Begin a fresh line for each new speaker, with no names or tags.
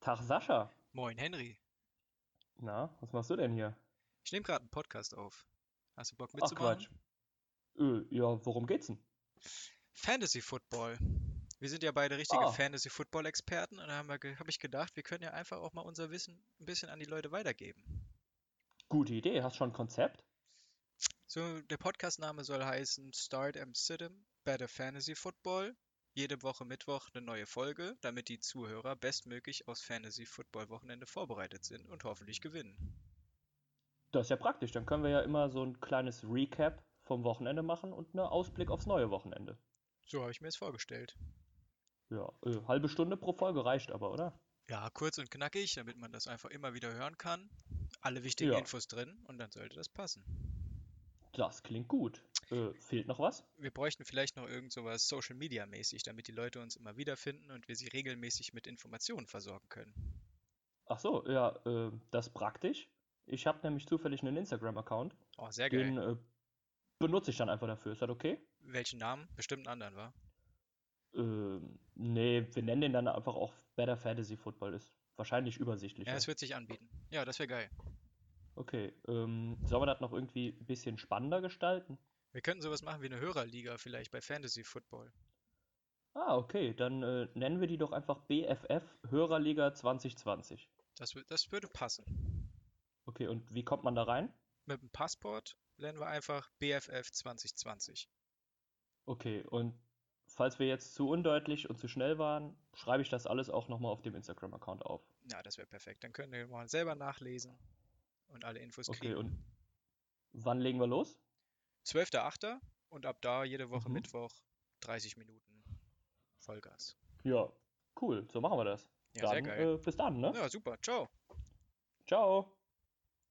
Tag Sascha.
Moin Henry,
Na, was machst du denn hier?
ich nehme gerade einen Podcast auf. Hast du Bock
Ach
mitzumachen?
Quatsch. Äh, ja, worum geht's denn?
Fantasy Football. Wir sind ja beide richtige
Ah.
Fantasy Football Experten und da habe hab ich gedacht, wir können ja einfach auch mal unser Wissen ein bisschen an die Leute weitergeben.
Gute Idee, hast schon ein Konzept?
So, der Podcastname soll heißen Start and Sit 'em, Better Fantasy Football. Jede Woche Mittwoch eine neue Folge, damit die Zuhörer bestmöglich aufs Fantasy Football Wochenende vorbereitet sind und hoffentlich gewinnen.
Das ist ja praktisch, dann können wir ja immer so ein kleines Recap vom Wochenende machen und einen Ausblick aufs neue Wochenende.
So habe ich mir es vorgestellt.
Ja, äh, halbe Stunde pro Folge reicht aber, oder?
Ja, kurz und knackig, damit man das einfach immer wieder hören kann. Alle wichtigen
Ja.
Infos drin und dann sollte das passen.
Das klingt gut. Äh, fehlt noch was?
Wir bräuchten vielleicht noch irgend sowas Social Media mäßig, damit die Leute uns immer wiederfinden und wir sie regelmäßig mit Informationen versorgen können.
Ach so, ja, äh, das ist praktisch. Ich habe nämlich zufällig einen Instagram-Account.
Oh, sehr geil.
Den äh, benutze ich dann einfach dafür. Ist das okay?
Welchen Namen? Bestimmt einen anderen, war?
Ähm, nee, wir nennen den dann einfach auch Better Fantasy Football. Ist wahrscheinlich übersichtlicher.
Ja, es wird sich anbieten. Ja, das wäre geil.
Okay, ähm, soll man das noch irgendwie ein bisschen spannender gestalten?
Wir könnten sowas machen wie eine Hörerliga vielleicht bei Fantasy Football.
Ah, okay, dann äh, nennen wir die doch einfach BFF Hörerliga 2020.
Das, wür- das würde passen.
Okay, und wie kommt man da rein?
Mit dem Passport nennen wir einfach BFF 2020.
Okay, und falls wir jetzt zu undeutlich und zu schnell waren, schreibe ich das alles auch nochmal auf dem Instagram-Account auf.
Ja, das wäre perfekt. Dann können wir mal selber nachlesen und alle Infos
Okay,
kriegen.
und wann legen wir los?
12.8. und ab da jede Woche
Mhm.
Mittwoch 30 Minuten Vollgas.
Ja, cool, so machen wir das.
Ja, sehr
Dann,
geil.
äh, bis dann, ne?
Ja, super. Ciao.
Ciao.